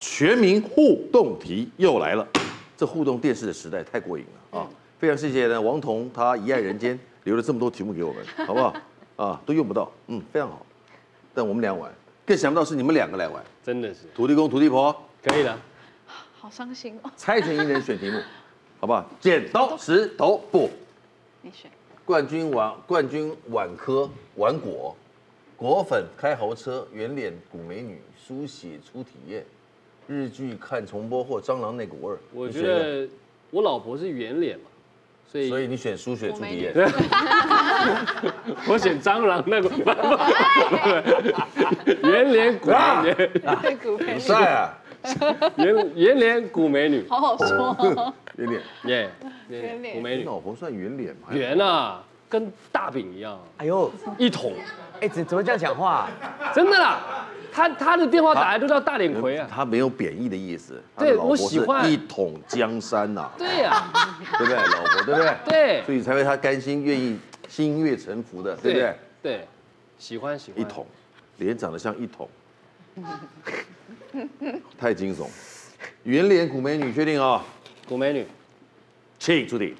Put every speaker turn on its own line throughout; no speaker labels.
全民互动题又来了，这互动电视的时代太过瘾了啊！非常谢谢呢，王彤他一爱人间留了这么多题目给我们，好 不好？啊，都用不到，嗯，非常好。但我们俩玩，更想不到是你们两个来玩，
真的是
土地公、土地婆
可以了。
好伤心哦。
猜拳一人选题目，好不好？剪刀石头布，
你选，
冠军碗冠军碗科碗果，果粉开豪车，圆脸古美女，书写初体验，日剧看重播或蟑螂内股味儿。
我
你
觉
选一个
得我老婆是圆脸嘛，所以
所以你选书写初体验
古，
我选蟑螂那个，不
哎
不不不圆脸古美女，
对古佩
不，帅啊，
圆圆脸古美女，
好好说哦。
圆脸。
耶，
圆脸
古美
你
女，
老婆算圆脸吗？
圆啊，跟大饼一样，
哎呦，
一桶，
哎，怎怎么这样讲
啊
话、
真的啦。他他的电话打来都叫大脸葵啊，
他没有贬义的意思。
对
他的老婆
我喜欢
是一统江山呐、
对呀、
对 不对？老婆，对不对？
对
所以才会他甘心愿意心悦诚服的，对不对？
对，喜欢喜欢
一桶，脸长得像一桶，太惊悚。圆脸古美女确定啊、
古美女，
请出题。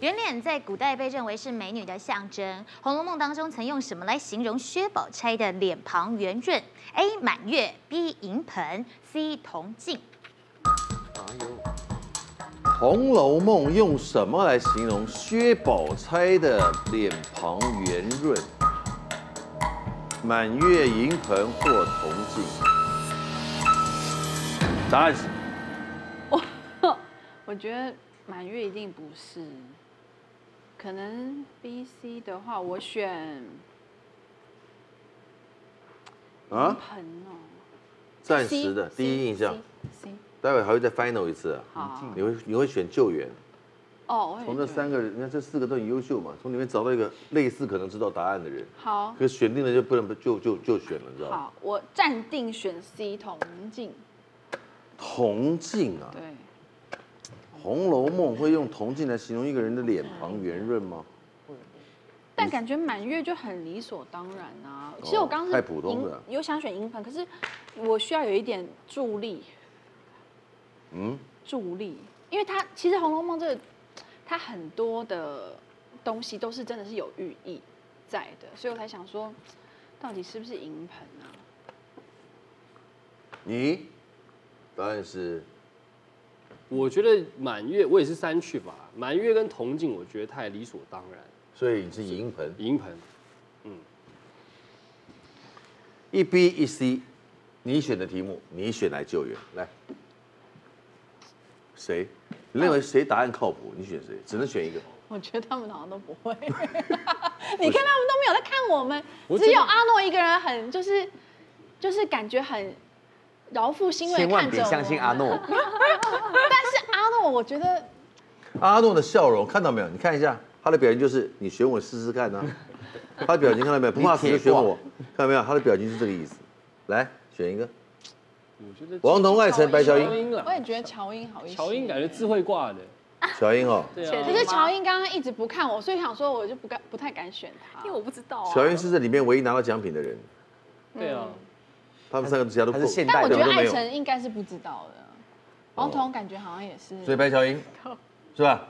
圆脸在古代被认为是美女的象征，《红楼梦》当中曾用什么来形容薛宝钗的脸庞圆润？A. 满月，B. 银盆，C. 铜镜。
《红楼梦》用什么来形容薛宝钗的脸庞圆润？满月银盆或铜镜？答案是
我觉得满月一定不是，可能 B、C 的话，我选
啊，
盆哦。
暂时的
C，
第一印象
C，，C，
待会还会再 final 一次啊
好。
你会你会选救援，
哦，我也
从这
觉得
三个人，你看这四个都很优秀嘛，从里面找到一个类似可能知道答案的人，
好
可选定了就不能就就就选了，你知道吗？
好，我暂定选 C 铜镜。
铜镜啊，
对，
《红楼梦》会用铜镜来形容一个人的脸庞圆润吗？
但感觉满月就很理所当然啊。其实
哦
我刚刚是
太普通
银
了
有想选银盆，可是我需要有一点助力。
嗯，
助力，因为它其实《红楼梦》这个，它很多的东西都是真的是有寓意在的，所以我才想说，到底是不是银盆啊？
你答案是
我觉得满月我也是三去吧，满月跟铜镜我觉得太理所当然，
所以你是银盆，
银盆
一 B 一 C，你选的题目，你选来救援，来，谁？你认为谁答案靠谱？你选谁？只能选一个。
我觉得他们好像都不会， 你看他们都没有在看我们，
我
只
真
有
的
阿诺一个人很就是就是感觉很饶富欣慰地
千万
看着
别
我。
相信阿 诺，
但是阿诺，我 觉得
阿诺的笑容看到没有？你看一下他的表情，就是你选我试试看呐、他的表情看到没有？不怕死就选我，看到没有？他的表情是这个意思。来选一个，
我觉得
王彤、艾辰、白
乔
小
英
英、
啊
我，也觉得乔英好一些。
乔英感觉智慧挂的，
小英哦，
对
可是
啊，
乔英刚刚一直不看我，所以想说我就不敢不太敢选他，因为我不知道
啊
小英是这里面唯一拿到奖品的人，
啊对啊，
他们三个其他都
他
不
是现
嗯
代
但我觉
的
两个都没
得艾
有哦
辰应该是不知道的，王彤感觉好像也是。
所以白小英是吧？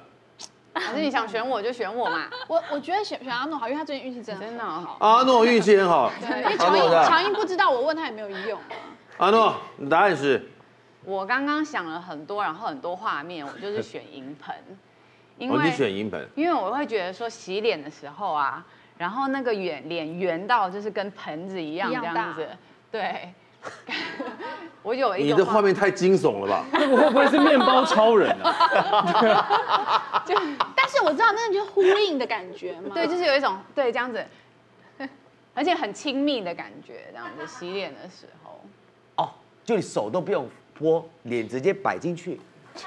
反正你想选我就选我嘛，
我我觉得选选阿诺好，因为他最近运气真的
真
很
的哦
好。
阿诺运气很好，
对，因为
阿
乔
诺啊
英
是吧
乔英不知道，我问他也没有用。啊
阿诺，你答案是
我刚刚想了很多，然后很多画面，我就是选银盆，因
哦，你选
为
银盆，
因为我会觉得说洗脸的时候啊，然后那个圆脸圆到就是跟盆子一样
一
这
样大
样子，对， 我有一
你
种
的画面太惊悚了吧？
那个会不会是面包超人啊？
但是我知道那个就是呼应的感觉嘛。
对，就是有一种对这样子， 而且很亲密的感觉，这样子洗脸的时候，
哦，就你手都不用拨，脸直接摆进去，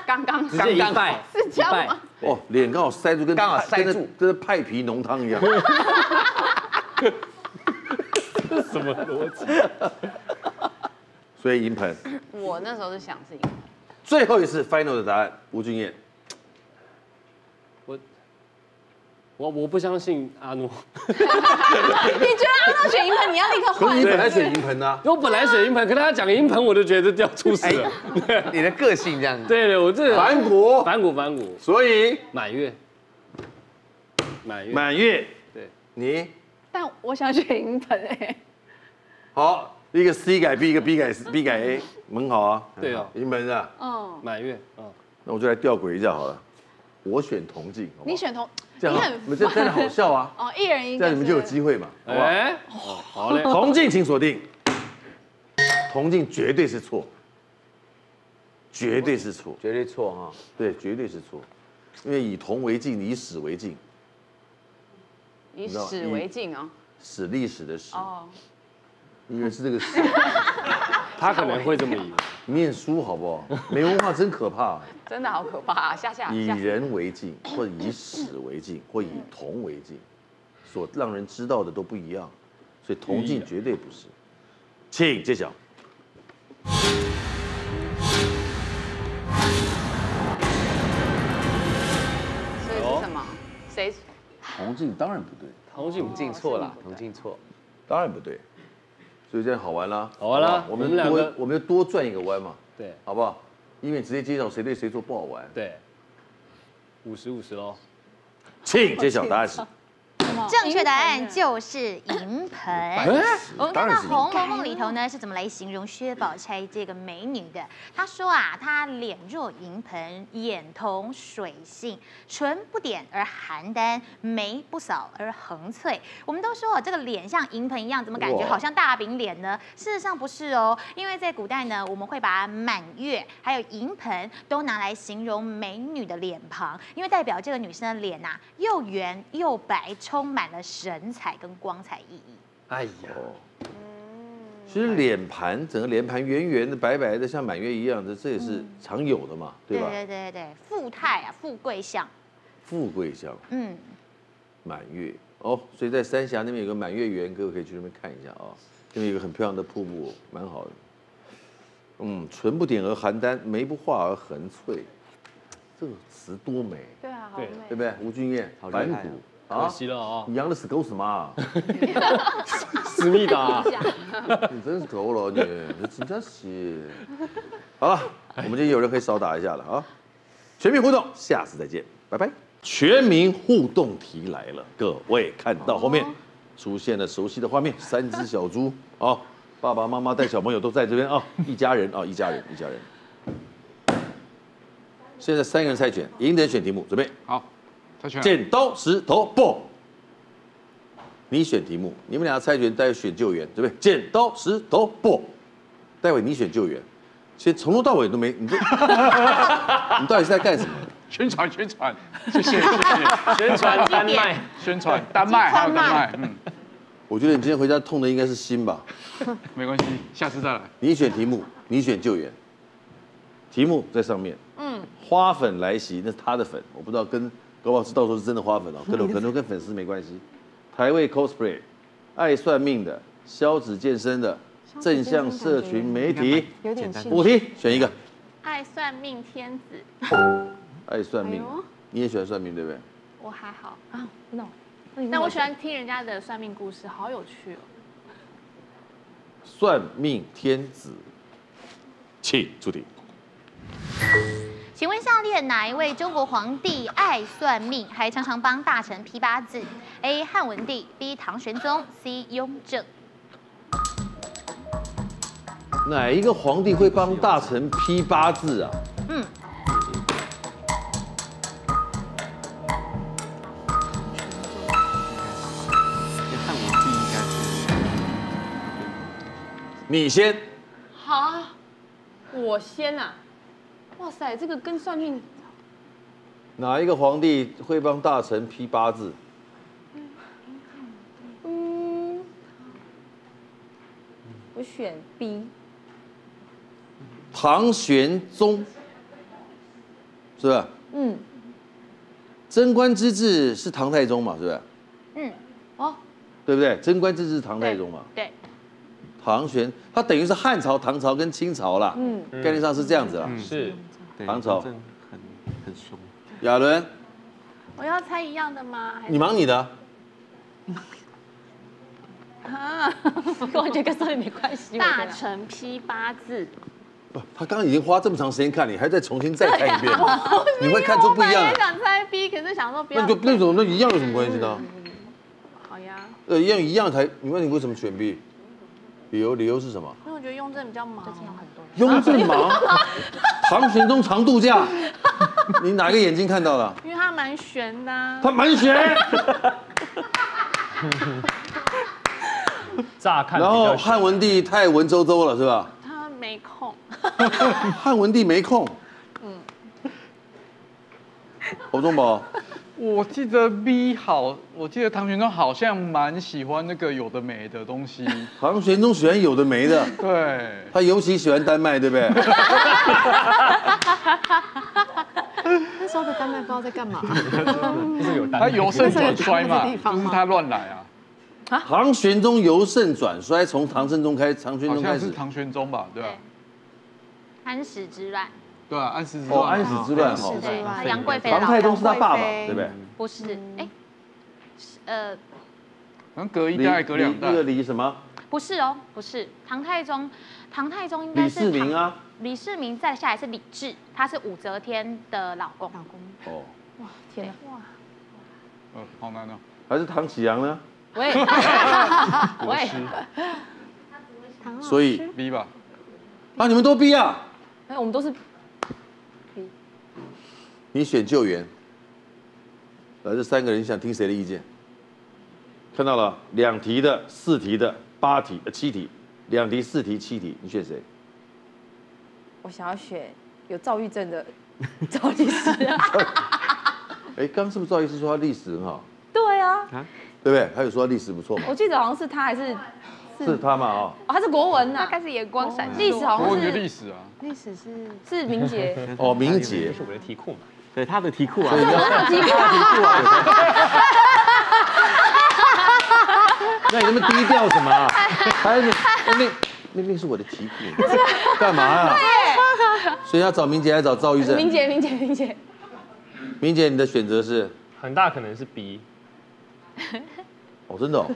刚刚
直接一拜，
是这
啊
样吗？
哦，脸刚好塞住，跟
刚好
派
塞
跟那
住
跟那派皮浓 汤一样。
什么逻辑？
所以银盆，
我那时候是想是银盆，
最后一次 final 的答案，吴俊彦，
我我我不相信阿诺，
你觉得阿诺选银盆，你要立 刻
可是
换
你？本来选银盆啊，
因为我本来选银盆，跟他讲银盆，我就觉得要猝死了。
哎 你的个性这样子。
对对，我这
反骨，
反骨反骨，
所以
满月，满月，
满月
对，
你
但我想选银盆哎、
欸
好，一个 C 改 B，一个 B 改 B 改 A，门好啊，
对哦
银盆啊，
嗯，
满月，嗯，
那我就来吊诡一下好了，我选同进，好不好
你选同，
这
你
样好，啊
很
我们这真的好笑啊，
哦，一人一
这
个，
样你们就有机会嘛，好不好？
哎，好 嘞，
同进请锁定，同进绝对是错，绝对是错，
绝对错哈、
对，绝对是错，因为以铜为镜，以史为镜，
以
知道
史
以
为镜哦。
史历史的史，
哦，
因为是这个史，
他可能会这么以为。
念书好不好？没文化真 可怕、
真的好可怕啊！下下
以
下，
人为镜，或以史为 镜，或以铜为镜，所让人知道的都不一样，所以铜镜绝对不是。请揭晓，
所以是什么？谁？
铜镜当然不对，
同性不
同进错了，同进错。
当然不对，所以这样好玩啦，
好玩啦
不我
我们
们
两
多
个
我们就多转一个弯嘛，
对
好不好？因为直接揭晓谁对谁错不好玩。
对，五十五十喽。
请揭晓答案是，
什么
正确答案
银盆哎
就是银盆。
哎，
啊我们
当
看到
然
《
是
红楼梦》里头呢是怎么来形容薛宝钗这个美女的？她说啊，她脸若银盆，眼同水性，唇不点而含丹，眉不扫而横翠。我们都说哦，这个脸像银盆一样，怎么感觉
哇
好像大饼脸呢？事实上不是哦，因为在古代呢，我们会把满月还有银盆都拿来形容美女的脸庞，因为代表这个女生的脸呐、又圆又白，充满了神采跟光彩熠熠。
哎呀，
哦，其实脸盘整个脸盘圆圆的、白白的，像满月一样的，这也是常有的嘛，对吧？
对对对对，富态啊，富贵相，
富贵相。
嗯，
满月哦，所以在三峡那边有个满月园，各位可以去那边看一下啊、那边有个很漂亮的瀑布，蛮好的。嗯，唇不点而含丹，眉不画而横翠，这个词多美，
对啊，好
对
对不
美。
对？吴俊彦，
好厉
反
害
骨
可惜了啊，
你养的死狗屎嘛？
思密达，
你真是够了你，你真的是。好了，我们今天有人可以少打一下了啊！全民互动，下次再见，拜拜。全民互动题来了，各位看到后面出现了熟悉的画面，三只小猪啊，爸爸妈妈带小朋友都在这边啊，一家人啊，一家人，一家人。现在三个人猜拳，赢的人选题目，准备
好，猜拳。
剪刀石头布。你选题目，你们俩猜拳，待会选救援，对不对？剪刀石头布，待会你选救援，先从头到尾都没， 你就你到底是在干什么？
宣传宣传，谢谢谢谢，
宣传丹麦，
宣传丹麦还有丹麦，嗯，
我觉得你今天回家痛的应该是心吧。
没关系，下次再来。
你选题目，你选救援，题目在上面。嗯，花粉来袭，那是他的粉，我不知道跟搞不好是到时候是真的 花粉哦，可能可能跟粉丝没关系。台位 cosplay，爱算命的，消脂健身的，正向社群媒体，
有点
五题选一个。
爱算命天子，
爱算命的
哎呦，
你也喜欢算命对不对？
我还好啊，no。但我喜欢听人家的算命故事，好有趣哦。
算命天子，请出题。
请问下列哪一位中国皇帝爱算命，还常常帮大臣批八字？A. 汉文帝，B. 唐玄宗，C. 雍正。
哪一个皇帝会帮大臣批八字啊？
嗯，
汉武帝应该是
你先，
好，我先啊！哇塞，这个跟算命
哪一个皇帝会帮大臣批八字？
我选 B，
唐玄宗，是不是？
嗯，
贞观之治是唐太宗嘛，是不是？
嗯，
对不对？贞观之治是唐太宗嘛，
对，
唐玄他等于是汉朝、唐朝跟清朝啦，嗯，概
嗯
念上是这样子啦。
嗯
是
对
唐朝
雍正很很凶，
亚伦，
我要猜一样的吗？还是
你忙你的啊，
啊
跟我觉得跟上面没关系。我觉
大
得
臣批八字，
不，他刚刚已经花这么长时间看你，还再重新再看一 遍，你会看出不一样
我本来
的。
想猜 B，可是想说不
那
要
你就。那种那一样有什么关系呢？
好呀，
呃，一样一样才，你问你为什么选 B？理由理由是什么？
因为我觉得雍正比较忙。
雍正 忙，唐玄宗常度假，你哪个眼睛看到了？
因为他蛮悬的、啊。
他满血，
乍看比
然后
较
汉文帝太文绉绉了 是吧？
他没空，
汉文帝没空。嗯。侯忠宝，
我记得 B 好，我记得唐玄宗好像蛮喜欢那个有的没的东 西。
唐玄宗喜欢有的没的，
对，
他尤其喜欢丹麦，对不对？
那时候的丹麦不知道在干嘛，
就是有单
他由盛转衰
这
嘛，
个地方
就
吗
是他乱来啊，
唐玄宗由盛转衰，从唐圣宗开，唐玄
好
宗
像
开
是
始。
唐玄宗吧？对啊，
安史之乱，
对啊，安史之
哦，
乱嘛。
安史之乱哈，
对，他杨贵妃的
唐
老
太宗
公
是他爸爸，
杨贵妃
对不对？
不是，哎，是呃，
好像隔一代隔两代
那。个李什么？
不是哦，不是唐太宗，唐太宗应该
李
是
世民啊。
唐，李世民再下来是李治，他是武则天的老公，
哦，
天哪，
呃，好难哦。
还是唐启阳呢？
喂，喂，
所以
B 吧，
啊，你们都逼啊！
哎， 我们都是
你选救援。来，这三个人你想听谁的意见？看到了，两题的、四题的、八题、呃、七题，两题、四题、七题，你选谁？
我想要选有躁郁症的赵律师。
哎，刚刚是不是赵医师说他历史很好，
对啊，
对不对？他有说他历史不错嘛
我？记得好像是他还是
是他嘛？啊，
哦，他是国文
大
呐
概，是眼光闪
历
烁。
史好
我
像
问你的
是
历史啊，
历史是
是明 杰，
哦，明杰
这，是我的题库嘛。对他的题啊库
所以你
啊，
要 那你那么低调什么 啊？还有你那那那是我的题库，干嘛啊？所以要找明杰还是找赵医生？
明杰，明杰，明杰，
明杰，你的选择是？
很大可能是 B，
哦，真的哦，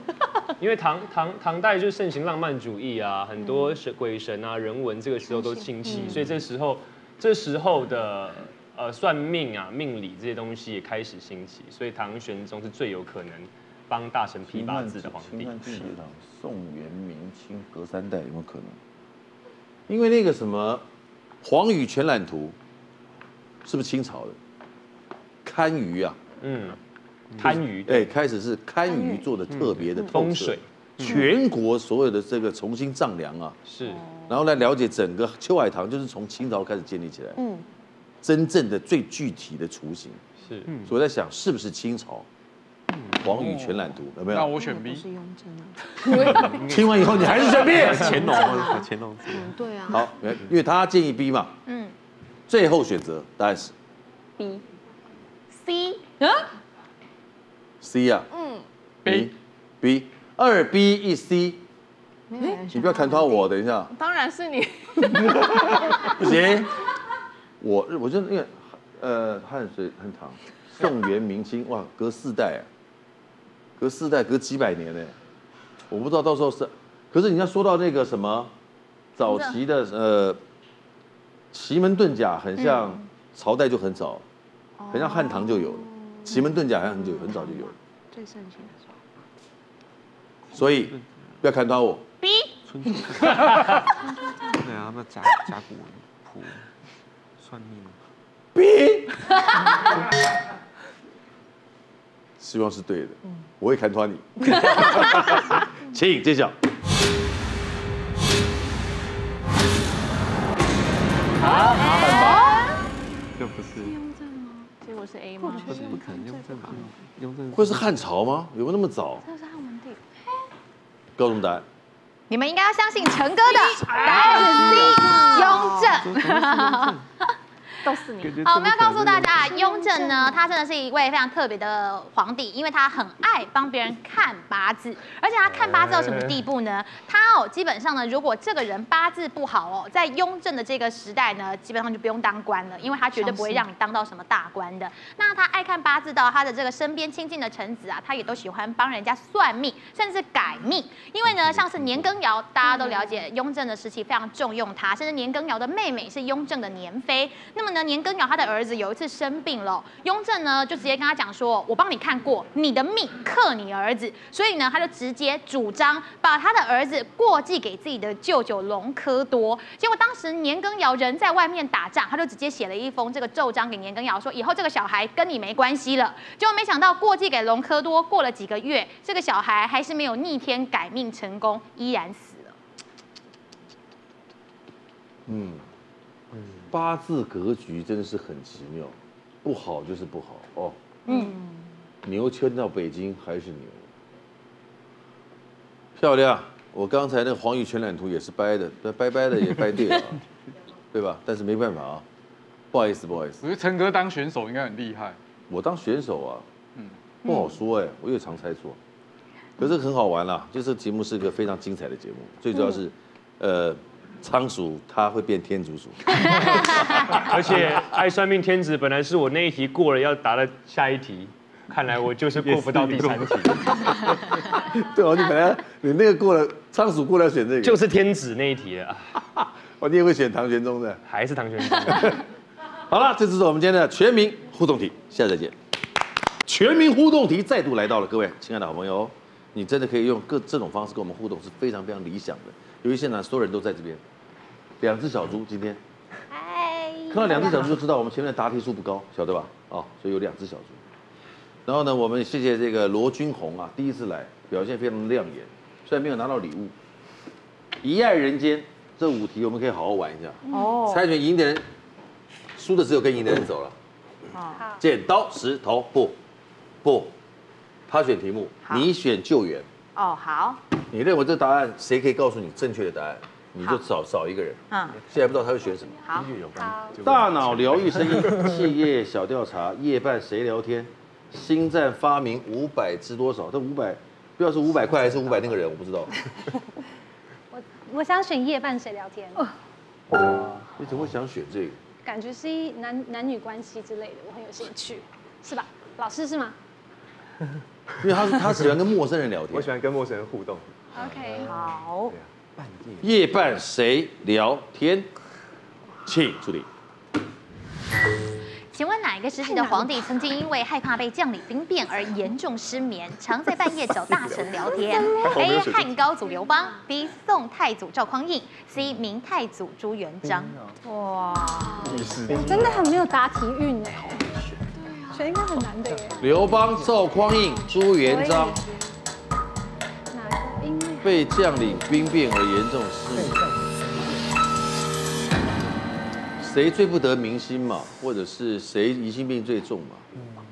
因为唐唐唐代就盛行浪漫主义啊，很多神鬼神啊、人文这个时候都兴起，所以这时候这时候的呃算命啊、命理这些东西也开始兴起，所以唐玄宗是最有可能帮大臣批八字的皇帝。
秦汉宋元明清隔三代有没有可能？因为那个什么《黄宇全览图》，是不是清朝的？堪舆啊，
嗯，堪舆
哎，开始是堪舆做的特别的透彻
嗯风水，
全国所有的这个重新丈量啊，
是
然后来了解整个秋海棠，就是从清朝开始建立起来，
嗯，
真正的最具体的雏形。
是
嗯
嗯
所以我在想，是不是清朝？黄宇全览图
嗯
有没
那
有？
我选 B。
听完以后你还是选 B。
乾隆
乾 隆
对啊，
好，因为他建议 B 嘛，
嗯
最后选择答案是
B
，C，
C 啊。
嗯，
B B 二 B 一 C，
没有人
你不要砍穿我，等一下
当然 是你，
不行。 我我就那个呃汉水汉唐宋元明清哇，隔四代啊，隔四代隔几百年呢，我不知道到时候是，可是你要说到那个什么早期的呃奇门遁甲，很像朝代就很早，很像汉唐就有了，奇门遁甲好像很久很早就有了，
最盛情的时候，
所以不要砍 穿我。
春秋。对啊，那甲甲骨文谱算命。
希望是对的，
嗯
我会 看穿你。请揭晓。
这不是，
结果是 A 吗？
不可能雍正吧？雍正
会是汉朝吗？有没有那么早？
这是汉文帝。
告诉我们答案。
你们应该要哎相信陈哥的答案是 C，雍正。
逗死你！
好，我们要告诉大家，雍正呢，他真的是一位非常特别的皇帝，因为他很爱帮别人看八字，而且他看八字到什
哎
么地步呢？他哦，基本上呢，如果这个人八字不好哦，在雍正的这个时代呢，基本上就不用当官了，因为他绝对不会让你当到什么大官的。那他爱看八字到他的这个身边亲近的臣子啊，他也都喜欢帮人家算命，甚至改命。因为呢，像是年羹尧，大家都了解，雍正的时期非常重用他，甚至年羹尧的妹妹是雍正的年妃。那么呢，年羹尧他的儿子有一次生病了，哦雍正呢就直接跟他讲说：“我帮你看过，你的命克你儿子。”所以呢，他就直接主张把他的儿子过继给自己的舅舅隆科多。结果当时年羹尧人在外面打仗，他就直接写了一封这个奏章给年羹尧，说以后这个小孩跟你没关系了。结果没想到过继给隆科多，过了几个月，这个小孩还是没有逆天改命成功，依然死了。
嗯，八字格局真的是很奇妙，不好就是不好哦。
嗯，
牛圈到北京还是牛，漂亮！我刚才那黄奕全览图也是掰的，那掰掰的也掰对了啊、对吧？但是没办法啊，不好意思，不好意思，
我觉得陈哥当选手应该很厉害。
我当选手啊，
嗯
不好说哎、我也常猜错。可是很好玩啦、就这节目是个非常精彩的节目，最主要是，
嗯
呃，仓鼠它会变天竺鼠，
而且爱算命天子本来是我那一题过了要答的下一题，看来我就是过不到第 三题，
对哦，你本来你那个过了，仓鼠过来选这个，
就是天子那一题啊，
哦，你也会选唐玄宗的。
还是唐玄宗。
好了，这就是我们今天的全民互动题，下次再见。全民互动题再度来到了，各位亲爱的好朋友，你真的可以用各这种方式跟我们互动，是非常非常理想的。由于现场所有人都在这边，两只小猪今天
嗨，
看到两只小猪就知道我们前面的答题数不高，晓得吧？啊、所以有两只小猪。然后呢，我们谢谢这个罗君红啊，第一次来，表现非常亮眼，虽然没有拿到礼物。一爱人间这五题我们可以好好玩一下。
哦，
猜拳赢的人，输的只有跟赢的人走了。
好，
剪刀石头布，布，他选题目，
好
你选救援。
哦，好，
你认为这答案谁可以告诉你正确的答案，你就
好
少少一个人。
嗯，
现在不知道他会选什么。
好，
大脑疗愈声音，企业小调查，夜半谁聊天，星战发明五百值多少？这五百，不要是五百块还是五百那个人，我不 知道。
我我想选夜半谁聊天，
你哎怎么会想选这个？
感觉是一男男女关系之类的，我很有兴趣，是吧？老师是吗
因为他他喜欢跟陌生人聊天
我。喜欢跟陌生人互动。
？OK，
好，
夜半谁聊天？请助理。
请问哪一个时期的皇帝曾经因为害怕被将领兵变而严重失眠，常在半夜找大臣聊天
还好没
？A.
有水晶
汉高祖刘邦，B. 宋太祖赵匡胤，C. 明太祖朱元璋。
哇，
真的很没有答题运哎，选应该很难的耶。
刘邦、赵匡胤、朱元璋
哪个？因为
被将领兵变而严重失明，谁最不得民心嘛？或者是谁疑心病最重嘛？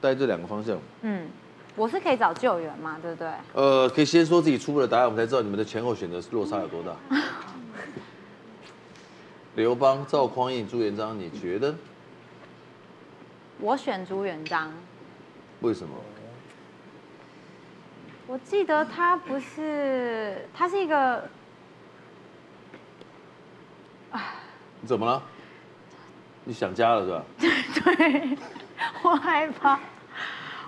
带这两个方向，
嗯，我是可以找救援嘛，对不 对？
呃，可以先说自己出了答案，我们才知道你们的前后选择落差有多大。刘邦、赵匡胤、朱元璋，你觉得
我选朱元璋，
为什么？
我记得他不是，他是一个
你怎么了？你想家了是吧？
对，我害怕。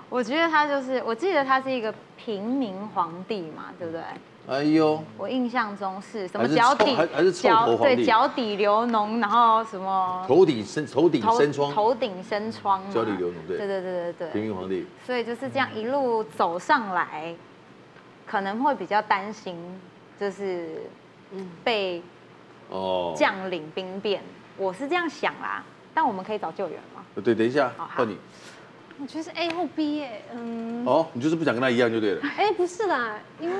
我觉得他就是，我记得他是一个平民皇帝嘛，对不对？
哎呦，
我印象中是什么
还是
脚
臭
底
还还是臭
脚
头皇帝
对脚底流脓，然后什么
头顶深头顶
头
深疮，
头顶生疮嘛，
脚底流脓对
对对对对
平
对，
民皇帝。
所以就是这样一路走上来，可能会比较担心，就是被
哦，
将领兵变，我是这样想啦。但我们可以找救援吗？
对，等一下，换你。
我觉得是 A 或 B 耶，嗯，
哦，你就是不想跟他一样就对了。
哎，不是啦，因为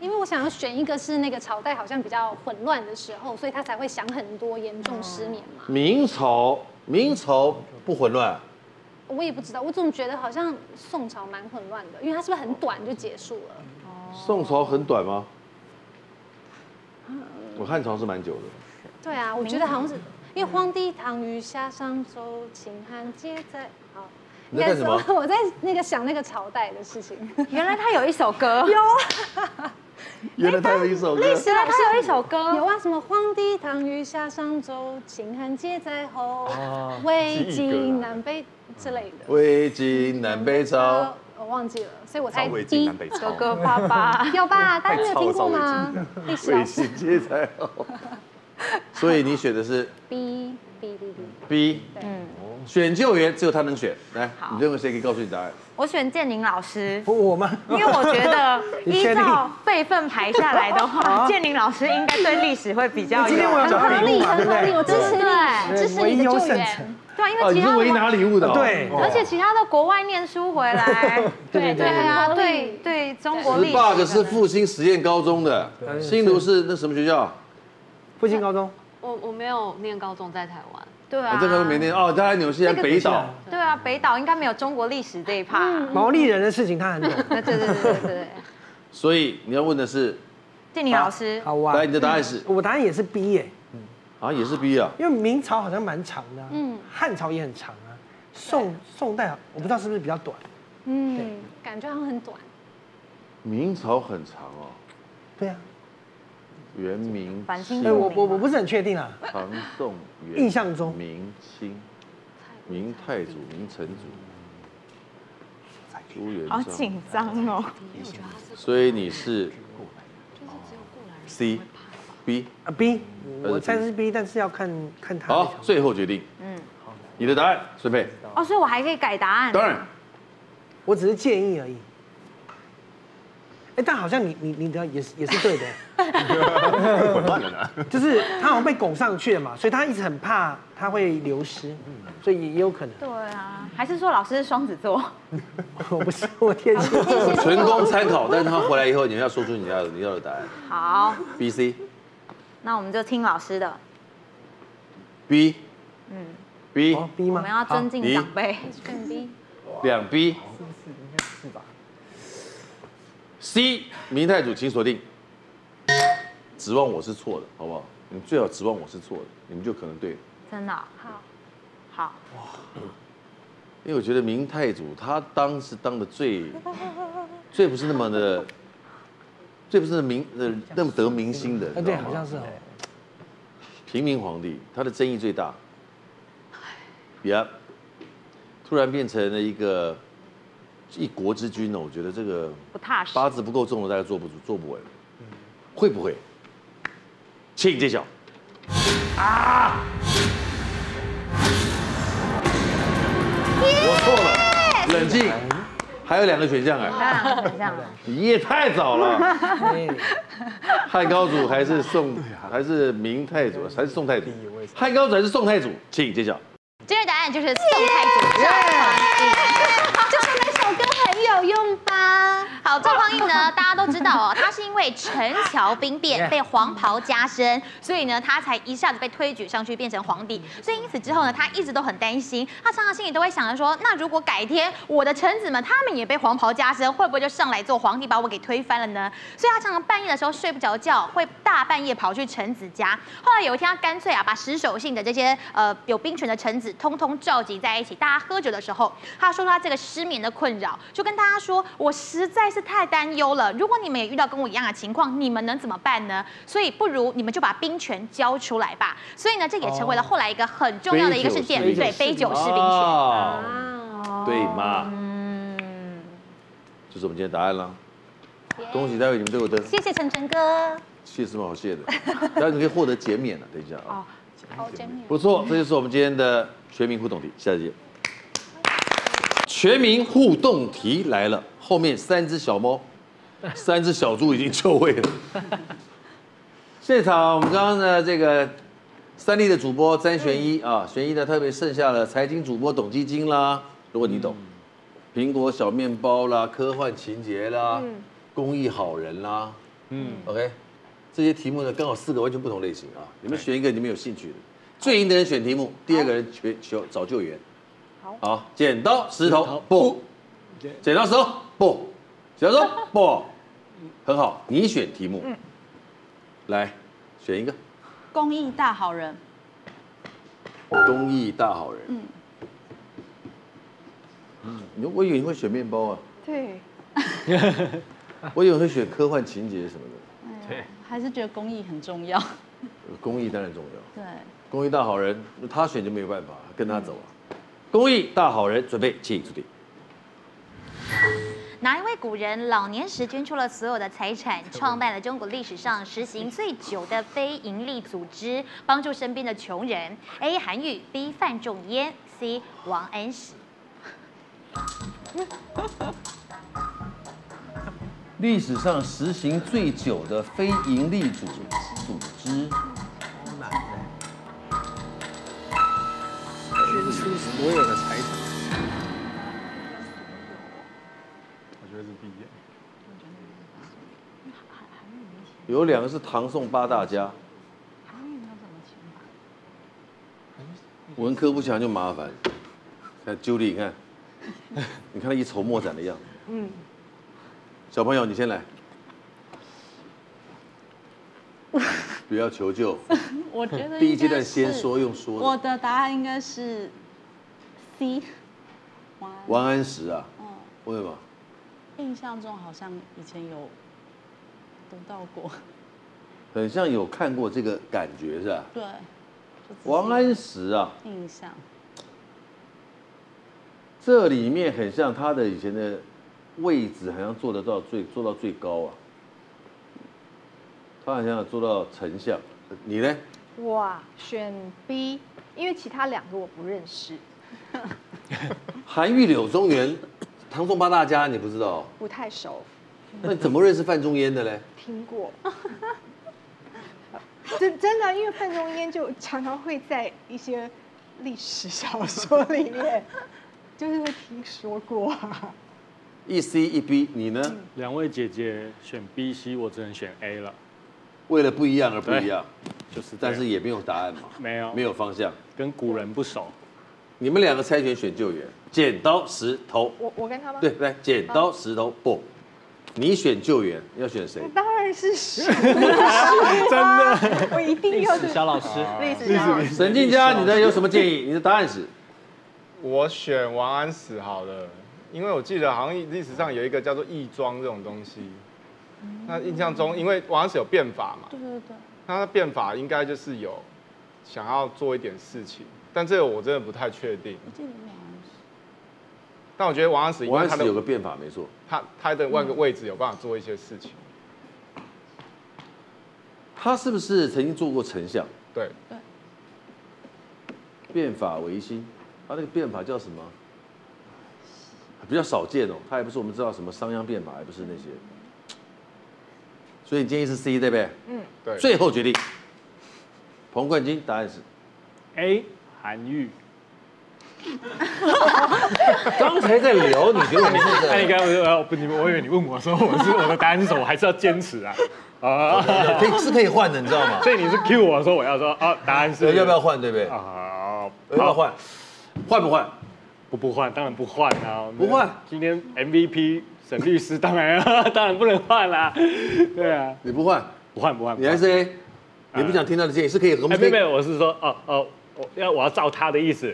因为我想要选一个是那个朝代好像比较混乱的时候，所以他才会想很多，严重失眠嘛。
明朝，明朝不混乱，
我也不知道，我总觉得好像宋朝蛮混乱的，因为它是不是很短就结束了？
宋朝很短吗？
嗯
我汉朝是蛮久的，
对啊，我觉得好像是，因为荒地唐虞夏商周，秦汉皆在。好，
你在干什 么
说 我在那个想那个朝代的事 情。
原来他有一首歌，
有
原来他有一首歌，
历史老师有一首
歌，
有啊，什么荒地唐虞夏商周，秦汉皆在后
哦，
魏
记忆歌
晋
啊
南北之类的。
魏晋南北朝，
哦我忘记了，所以我猜
朝魏晋
第
南北朝
哥哥爸爸 有吧？大家没有听过吗？历 史
魏
老师
晋皆在后。所以你选的是
B B B B，
B，
嗯，
选救援只有他能选。来，你认为谁可以告诉你答案？
我选建宁老师，
我吗？
因为我觉得
你
依
确定
照辈分排下来的
好
话，建宁老师应该对历史会比较有。
今天我有拿礼物嘛，对不对？
对
对唯一优胜者。
对，因
哦
为
你
其
是
他
唯一拿礼物的哦
对
哦
而且其他的国外念书回 来，
对对对
对啊，
对
对对中国历
十
史
八个是复兴实验高中的，新竹是那什么学校？啊
复兴高中。
我我没有念高中在台湾，
对
我
啊，
这个都没念哦，他在纽西兰北岛。嗯
对啊，北岛应该没有中国历史这一趴。
毛利人的事情他很懂。
对对对对对对，
所以你要问的是，
建宁老师，
好哇。
来你的答案是
我答案也是 B 耶，
啊，也是 B 啊。
因为明朝好像蛮长的啊，
嗯
汉朝也很长啊，宋宋代我不知道是不是比较短。
嗯，感觉好像很短。
明朝很长哦，
对啊，
元明
反
清
哎，我我我不是很确定啊。
唐宋元
印象中
明清明太祖明成祖朱元
好
璋，
紧张哦。
所以你是 C B
啊 B，
还是
我猜是 B，但是要看看他。
好，最后决定
嗯，
你的答案，孙佩。
哦，所以我还可以改答案。
当然，
我只是建议而已。哎，但好像你你你的也是也是对的，
滚蛋了呢。
就是他好像被拱上去了嘛，所以他一直很怕他会流失，所以也也有可能。
对啊，还是说老师是双子座？
我不是我天蝎，
纯供参考，但是他回来以后，你要说出你要你要的答案。
好，
B C
那我们就听老师的。
B
嗯，
B
哦 B
我们要尊敬长辈。
两 B ，C 明太祖，请锁定。指望我是错的，好不好？你们最好指望我是错的，你们就可能对了。
真的哦、好，
因为我觉得明太祖他当时当的最最不是那么的，最不是明呃那么得民心的，
哎
你知
对，
道
好像
吗？
是哦。
平民皇帝，他的争议最大。呀，突然变成了一个一国之君呢，我觉得这个
不踏实
八字不够重的，大家坐不住，坐不稳。会不会？请揭晓。我错
哎
了，冷静。还有两个选项哎，
好，这样
你也太早 了。汉高祖还是宋还是明太祖还是宋太祖？汉高祖还是宋太祖？请揭晓。
今日答案就是宋太祖赵匡胤，就是那首歌很有用吧？好，赵匡胤呢，大家都知道哦，他是因为陈桥兵变
Yeah
被黄袍加身，所以呢，他才一下子被推举上去变成皇帝。所以因此之后呢，他一直都很担心，他常常心里都会想着说，那如果改天我的臣子们他们也被黄袍加身，会不会就上来做皇帝把我给推翻了呢？所以他常常半夜的时候睡不着觉，会大半夜跑去臣子家。后来有一天，他干脆啊，把十手信的这些呃有兵权的臣子，通通召集在一起，大家喝酒的时候，他说他这个失眠的困扰，就跟大家说，我实在是太担忧了。如果你们也遇到跟我一样的情况，你们能怎么办呢？所以不如你们就把兵权交出来吧。所以呢，这也成为了后来一个很重要的一个事件，
杯酒
对，
释
杯酒释兵权。
哦对
啊
嘛？嗯，就是我们今天答案啦。恭喜待会你们都有得，
谢谢晨晨哥。
谢是蛮好谢的，待会你可以获得减免了。等一下啊，
哦
好，真的。
不错，这就是我们今天的全民互动题，下次见。全民互动题来了，后面三只小猫，三只小猪已经就位了。现场我们刚刚呢，这个三立的主播詹玄一啊，玄一呢特别剩下了财经主播董基金啦，如果你懂，苹果小面包啦，科幻情节啦，
嗯
公益好人啦，嗯，OK，这些题目呢刚好四个完全不同类型啊，你们选一个你们有兴趣的，最赢的人选题目，第二个人选求找救援。
好
好，剪刀石头布，剪刀石头布，剪刀石头 布，很好，你选题目，来选一个。
公益大好人，
公益大好人。
嗯
你嗯说我以为你会选面包啊，
对，
我以为会选科幻情节什么的。
对，啊还是觉得公益很重要。
公益当然重要，
对，
公益大好人，他选就没有办法，跟他走啊。公益大好人，准备起出题。
哪一位古人老年时捐出了所有的财产，创办了中国历史上实行最久的非营利组织，帮助身边的穷人？A. 韩愈，B. 范仲淹，C. 王安石。
历史上实行最久的非营利组组织，
捐出所有的财产。
我觉得是 B 耶。
有两个是唐宋八大家，文科不强就麻烦。看 Judy，你看， 你看他一筹莫展的样子。
嗯，
小朋友，你先来， 不要求救。
我觉得
第一
应
阶
该
段先
是
说用说的
我的答案应该是 C。
王安石啊，
嗯，
为什么？
印象中好像以前有读到过。
很像有看过这个感觉是吧？
对，
王安石啊，
印象。
这里面很像他的以前的位置，好像做得到最做到最高啊。他好像有做到丞相，你呢？
哇，选 B，因为其他两个我不认识，
韩愈、柳宗元、唐宋八大家，你不知道？
不太熟，
那你怎么认识范仲淹的嘞？
听过。 真真的，因为范仲淹就常常会在一些历史小说里 面，就是会听说 过、啊。
一 C 一 B，你呢？
两位姐姐选 B、C，我只能选 A 了。
为了不一样而不一样，
就是这样
但哎是也没有答案嘛，
没有
没有方向，
跟古人不熟。
你们两个猜拳选救援，剪刀石头
我我跟他吗？
对，来剪刀石头布，你选救援要选 谁？
当然是史，
的，
我一定要
啊
是历史小老师，
沈静佳，你的有什么建议？你的答案是？
我选王安石好了，因为我记得好像历史上有一个叫做义庄这种东西。那印象中，因为王安石有变法嘛，
对对对，
那他变法应该就是有想要做一点事情，但这个我真的不太确定。
我记得没有。
但我觉得王安石，因
王
为
安
他
石
的
有个变法没错，
他他的那个位置有办法做一些事情。
他是不是曾经做过丞相？
对，
变法维新，他那个变法叫什么？比较少见哦，他也不是我们知道什么商鞅变法，也不是那些。所以你建议是 C 对不对？
嗯，
对
最后决定，彭冠军答案是
A 韩愈。
刚才在聊，你觉得你是
那你刚刚不是呃不，你我以为你问我说我是我的答案是什么，我还是要坚持啊啊
可以是可以换的，你知道吗哦
所以你是 Q 我说我要说啊，答案是
要不要换，对不对？
啊，
要不要换？换不换？
不不换，当然不换啊，
不换。
今天 MVP 沈律师当然 当然不能换啦，对啊，
你不换，
不换不换，
你还是 A，你不想听到的建议是可以，我
哎
们
没
可
有
以
没有，我是说哦哦，我要我要照他的意思。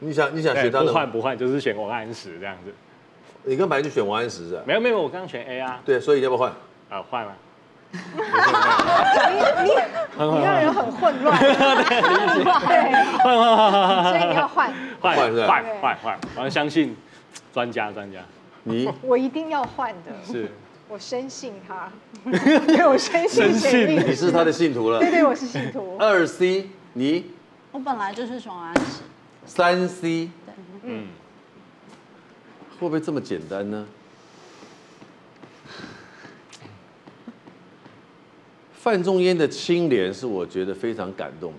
你想你想选他
不
的吗
换不换，就是选王安石这样子。
你跟白就选王安石是啊吧？
没有没有，我刚刚选 A 啊。
对，所以要不要换？
啊，换了。
你
嗯
你让人很混 乱， 对，
换换换换换，
所以你要换，
嗯 换
换
换
是吧
换换换，我要相信专家专家。
你
我一定要换的，
是
我深信他， 因为我深信神力
你是他的信徒了。
对对，我是信徒。
二 C 你，
我本来就是选王安石。
三 C
嗯，
会不会这么简单呢？范仲淹的清廉是我觉得非常感动的，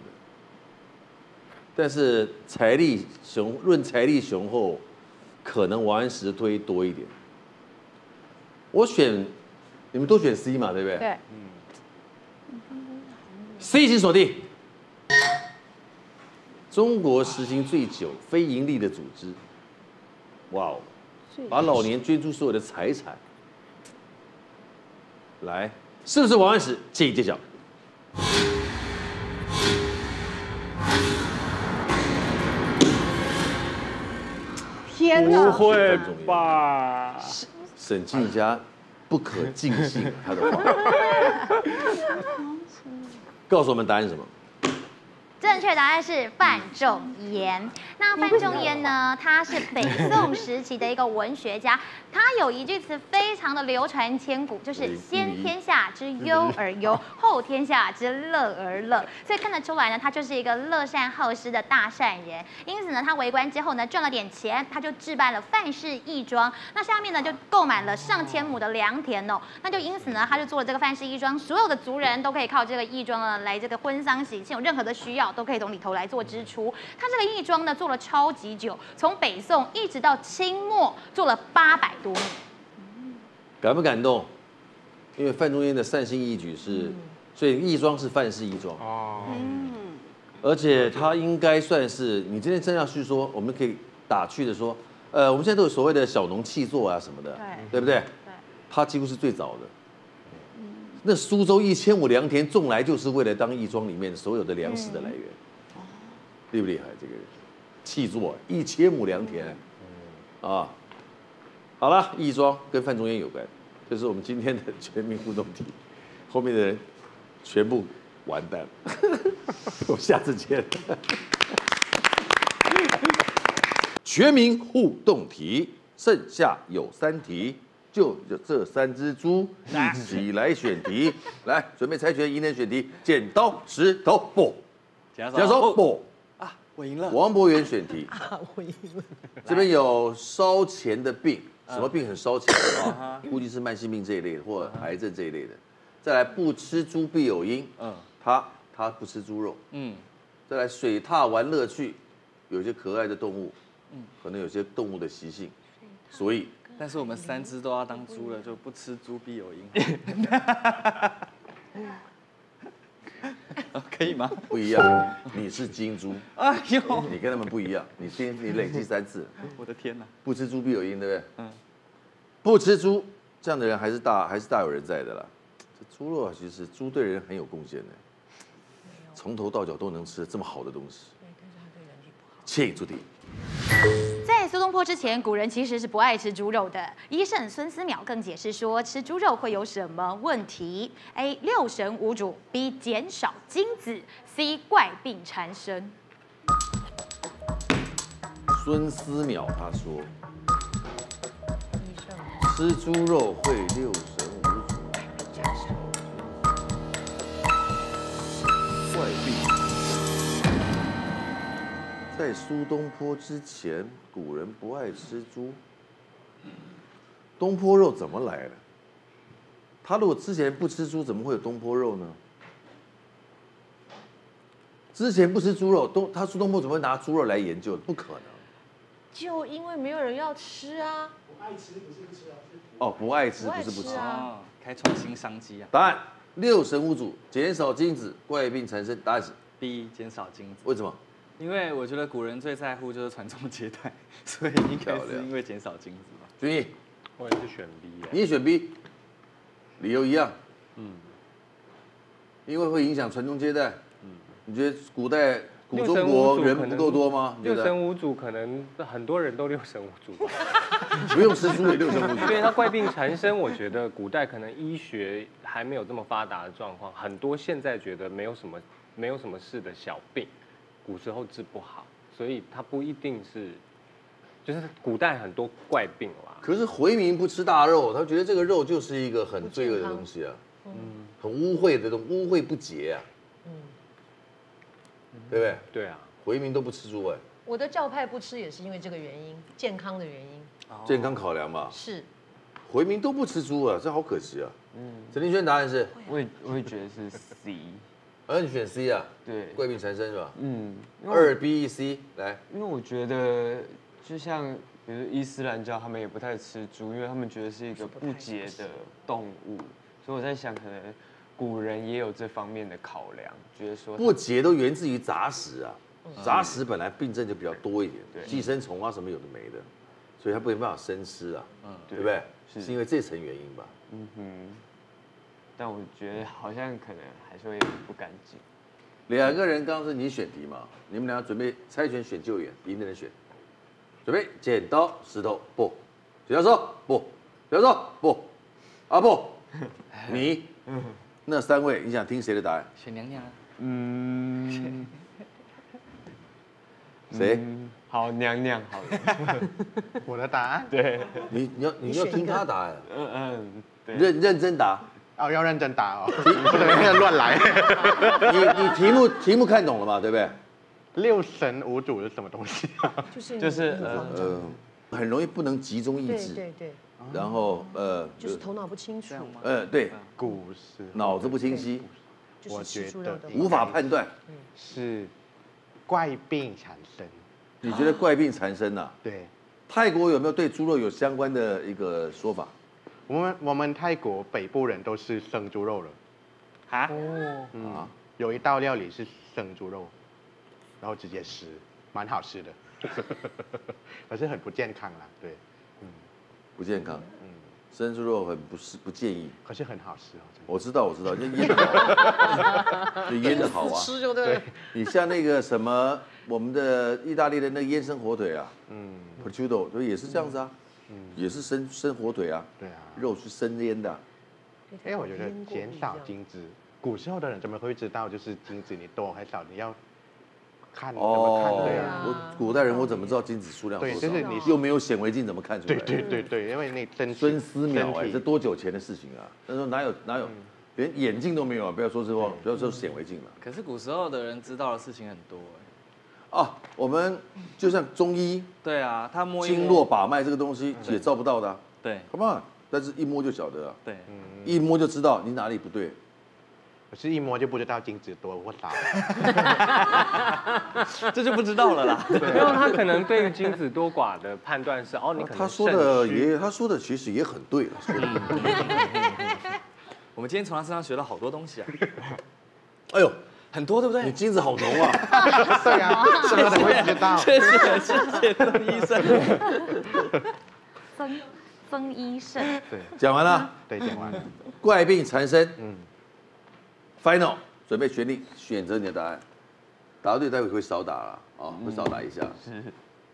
但是财力雄论财力雄厚，可能王安石推多一点。我选，你们都选 C 嘛，对不对？
对，
C 请锁定。中国实行最久非盈利的组织，哇哦，把老年捐出所有的财产，来，是不是王安石？请揭晓。
天
不
哪！
会吧？
沈静佳不可尽信啊他的话，告诉我们答案是什么？
正确答案是范仲淹。那范仲淹呢？他是北宋时期的一个文学家，他有一句词非常的流传千古，就是“先天下之忧而忧， 后天下之乐而乐”。所以看得出来呢，他就是一个乐善好施的大善人。因此呢，他为官之后呢，赚了点钱，他就置办了范氏义庄。那下面呢，就购买了上千亩的良田哦。那就因此呢，他就做了这个范氏义庄，所有的族人都可以靠这个义庄呢来这个婚丧喜庆，有任何的需要都可以从里头来做支出。他这个义庄呢做了超级久，从北宋一直到清末，做了八百多年。
感不感动？因为范仲淹的善心义举是，
嗯
所以义庄是范氏义庄哦，
嗯
而且他应该算是你今天真要去说，我们可以打趣的说，呃，我们现在都有所谓的小农气作啊什么的，
对
对不对？他几乎是最早的。那苏州一千亩良田种来就是为了当义庄里面所有的粮食的来源，厉不厉害？这个人气作一千亩良田，啊，好了，义庄跟范仲淹有关，这是我们今天的全民互动题，后面的人全部完蛋了， 我们下次见。全民互动题，剩下有三题，就有这三只猪一起来选题，来准备猜拳，赢人选题，剪刀石头布，
假
假手布。
我赢了。
王博元选题，
啊，我赢了。
这边有烧钱的病，什么病很烧钱嗯 啊嗯
啊？
估计是慢性病这一类的，或癌症这一类的。再来，不吃猪必有因，
嗯
他他不吃猪肉。
嗯
再来，水獭玩乐趣，有些可爱的动物，
嗯，
可能有些动物的习性，所以
但是我们三只都要当猪了，就不吃猪必有 因。
啊可以吗？不一样，你是金猪，哎呦，你跟他们不一样，你先你累计三次，
我的天哪！
不吃猪必有因，对不对？嗯，不吃猪这样的人还是大还是大有人在的啦。这猪肉啊，其实猪对人很有贡献的，从头到脚都能吃这么好的东西。对，但是它对人体不好。请出题。
在苏东坡之前，古人其实是不爱吃猪肉的。医圣孙思邈更解释说，吃猪肉会有什么问题？A. 六神无主；B. 减少精子；C. 怪病缠身。
孙思邈他说，吃猪肉会六神无主，怪病。在苏东坡之前，古人不爱吃猪。东坡肉怎么来的？他如果之前不吃猪，怎么会有东坡肉呢？之前不吃猪肉，东他苏东坡怎么会拿猪肉来研究？不可能。
就因为没有人要吃啊。不爱吃不是不吃啊，
哦，不爱吃
不
不
爱
是不吃
吃啊，
哦开创新商机啊！
答案六神无主，减少精子，怪病缠身。答案是
B，减少精子。
为什么？
因为我觉得古人最在乎就是传宗接代，所以应该是因为减少精子啊吧。
君毅，
我也是选 B
啊
耶。
你也选 B，理由一样，
嗯，
因为会影响传宗接代。你觉得古代
嗯
古
六
中
神
国
无主
人
可能
不够多吗？对
六
不
神
对？
无主，可能很多人都六神无主吧。
不用吃猪也六神无主。
对，那怪病缠身，我觉得古代可能医学还没有这么发达的状况，很多现在觉得没有什么没有什么事的小病，古时候治不好，所以它不一定是，就是古 代 很多怪病啦。
可是回民不吃大肉，他觉得这个肉就是一个很罪恶的东西啊，
嗯，
很污秽的东，污秽不洁啊，对不对？
对啊，
回民都不吃猪哎，
我的教派不吃也是因为这个原因，健康的原因。
哦
健康考量嘛。
是，
回民都不吃猪啊，这好可惜啊。嗯，陈林轩答案是，
我也我也觉得是 C。
而你选 C 啊？
对，
贵病缠身是吧？
嗯，因为我
二 B 一 C 来，
因为我觉得，就像比如说伊斯兰教，他们也不太吃猪，因为他们觉得是一个不洁的动物，所以我在想，可能古人也有这方面的考量，觉得说
不洁都源自于杂食啊
嗯，
杂食本来病症就比较多一点，
对
寄生虫啊什么有的没的，所以它没办法生吃啊，
嗯
对不对？是因为这层原因吧？
嗯哼，但我觉得好像可能还是会不干净。
两个人刚刚是你选题嘛，你们俩准备猜拳选救援，赢的人选，准备，剪刀石头布，许教授不，许教授不，阿布， 你，那三位，你想听谁的答案？
选娘娘啊，
嗯，谁？
嗯好，娘娘好了，
我的答案
对，
你你要你要听他答案，啊
嗯嗯，对，
认认真答。
哦，要认真答哦，不能乱来。
你你题目题目看懂了嘛？对不对？
六神无主是什么东西啊？
就是
就是
呃
呃，很容易不能集中意
对
志，
对对，
然后呃，
就是头脑不清楚嘛，
呃对，
股市
脑子不清晰，
嗯就是吃猪肉的
无法判断。
是怪病产生。
你觉得怪病缠身呐？
对，
泰国有没有对猪肉有相关的一个说法？
我们我们泰国北部人都是生猪肉了。
啊？
哦，嗯，有一道料理是生猪肉，然后直接吃，蛮好吃的，可是很不健康啦。对，
不健康，嗯，生猪肉很不是不建议。
可是很好吃哦。
我知道，我知道，就腌的 好，就腌的好啊。
吃就对了。
你像那个什么，我们的意大利的那个腌生火腿啊，
嗯
p r o t u d o 就也是这样子啊，也是生生火腿啊，
对啊，
肉是生腌的啊，
哎、我觉得减少精子，古时候的人怎么会知道就是精子你多还少？你要看怎么看对啊？
哦我古代人我怎么知道精子数量多
对
少？
就是你
又没有显微镜，怎么看出来？
对对对对，因为那真
孙思邈哎，
身体
这多久前的事情啊？那时候
嗯
哪有哪有，连眼镜都没有啊！不要说是望，不要说显微镜了。
可是古时候的人知道的事情很多哎。
啊，我们就像中医
对啊，他摸一摸
经络把脉这个东西也照不到的、啊，
对
，Come on，但是一摸就晓得啊，
对，
一摸就知道你哪里不对。
我是一摸就不知道精子多或 少。
这就不知道了啦。
对
对
啊
啊
没有，他可能对于精子多寡的判断是，哦，你可能
啊他说的也，他说的其实也很对了。
嗯
说的
我们今天从他身上学了好多东西 啊。
哎呦，
很多对不对？你
精子好浓啊！
对啊，
谢
怎么会知道
谢谢谢谢邓医生。
曾曾医生，
对，
讲完了，
对，讲完了。
怪病缠身，嗯，final，准备选你选择你的答案，答对待会会少打了啊，会少打一下。
是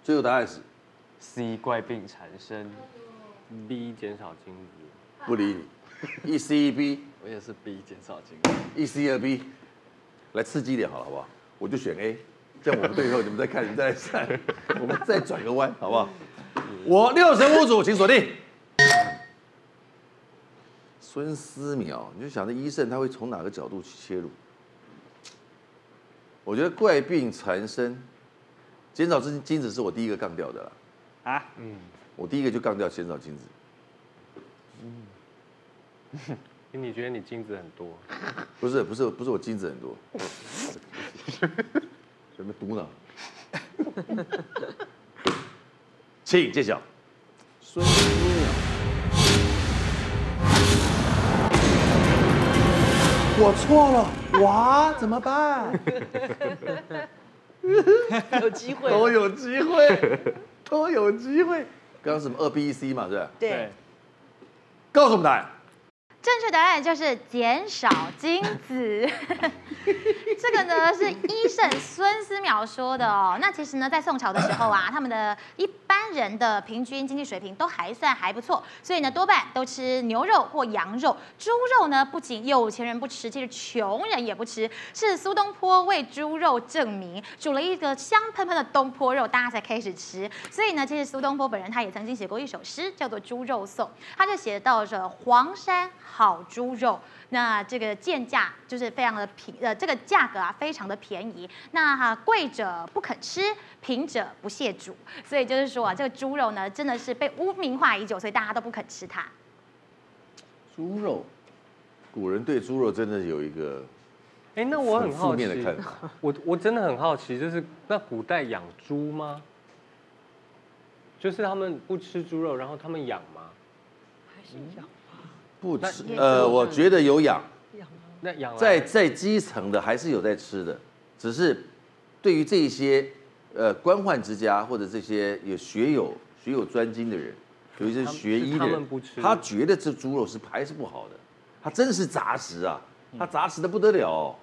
最后答案是
C 怪病缠身
，B 减少精子，
不理你，一 C 一 B，
我也是 B 减少精
一，E C 二 B，来刺激一点好了，好不好？我就选 A，这样我们对以后你们再看，你们再来算，我们再转个弯，好不好？我六神无主，请锁定。孙思邈，你就想着医生他会从哪个角度去切入？我觉得怪病缠身，减少精精子是我第一个杠掉的啦。
啊，
嗯，
我第一个就杠掉减少精子。
嗯 你觉得你精子很多？
不是不是不是我精子很 多，准备读呢？ 请揭晓。孙
我错了，哇，怎么办？
有机会
都有机会，都有机会。刚刚什么二 B 一 C 嘛，是吧？
对。
告诉我们答案。
正确答案就是减少精子。这个呢是医圣孙思邈说的哦。那其实呢，在宋朝的时候啊，他们的一般人的平均经济水平都还算还不错，所以呢，多半都吃牛肉或羊肉。猪肉呢，不仅有钱人不吃，其实穷人也不吃。是苏东坡为猪肉证明，煮了一个香喷喷的东坡肉，大家才开始吃。所以呢，其实苏东坡本人他也曾经写过一首诗，叫做《猪肉颂》，他就写到这黄山好猪肉。那这个贱价就是非常的平，呃，这个价格啊非常的便宜。那哈、贵者不肯吃，贫者不屑煮。所以就是说啊，这个猪肉呢，真的是被污名化已久，所以大家都不肯吃它。
猪肉，古人对猪肉真的有一个
哎，那我很好
负
奇
面的看法，
我我真的很好奇，就是那古代养猪吗？就是他们不吃猪肉，然后他们养吗？还是养？
不吃
那。
呃，我觉得有养，
那养来啊
在在基层的还是有在吃的，只是对于这一些呃官宦之家或者这些有学有学有专精的人，有一些学医
他
的
们
人
不吃，
他觉得这猪肉是还是不好的，他真的是杂食啊，
嗯
他杂食的不得了哦、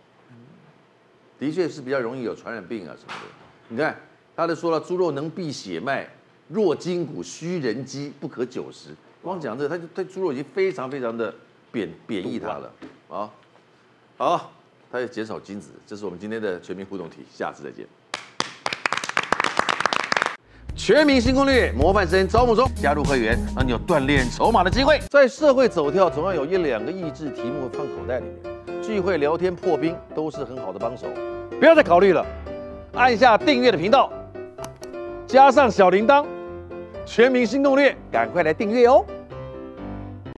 的确是比较容易有传染病啊什么的。你看，他都说了，猪肉能避血脉，弱筋骨虚人肌，不可久食。光讲这个，他就对猪肉已经非常非常的贬贬义它了啊。好，它要减少精子，这是我们今天的全民互动题，下次再见。全民新攻略模范生招募中，加入会员让你有锻炼筹码的机会。在社会走跳，总要有一两个益智题目放口袋里面，聚会聊天破冰都是很好的帮手。不要再考虑了，按下订阅的频道，加上小铃铛，全民新攻略，赶快来订阅哦。